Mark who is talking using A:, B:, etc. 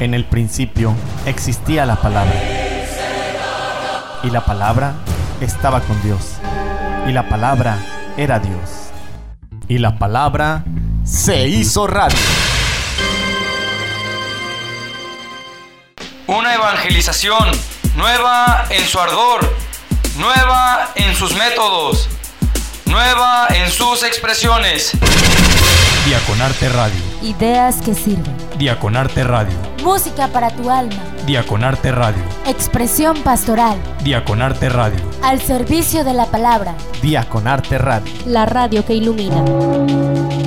A: En el principio existía la palabra. Y la palabra estaba con Dios. Y la palabra era Dios. Y la palabra se hizo radio.
B: Una evangelización nueva en su ardor, nueva en sus métodos, nueva en sus expresiones.
A: Diaconarte Radio.
C: Ideas que sirven.
A: Diaconarte Radio.
C: Música para tu alma.
A: Diaconarte Radio.
C: Expresión pastoral.
A: Diaconarte Radio.
C: Al servicio de la palabra.
A: Diaconarte Radio.
C: La radio que ilumina.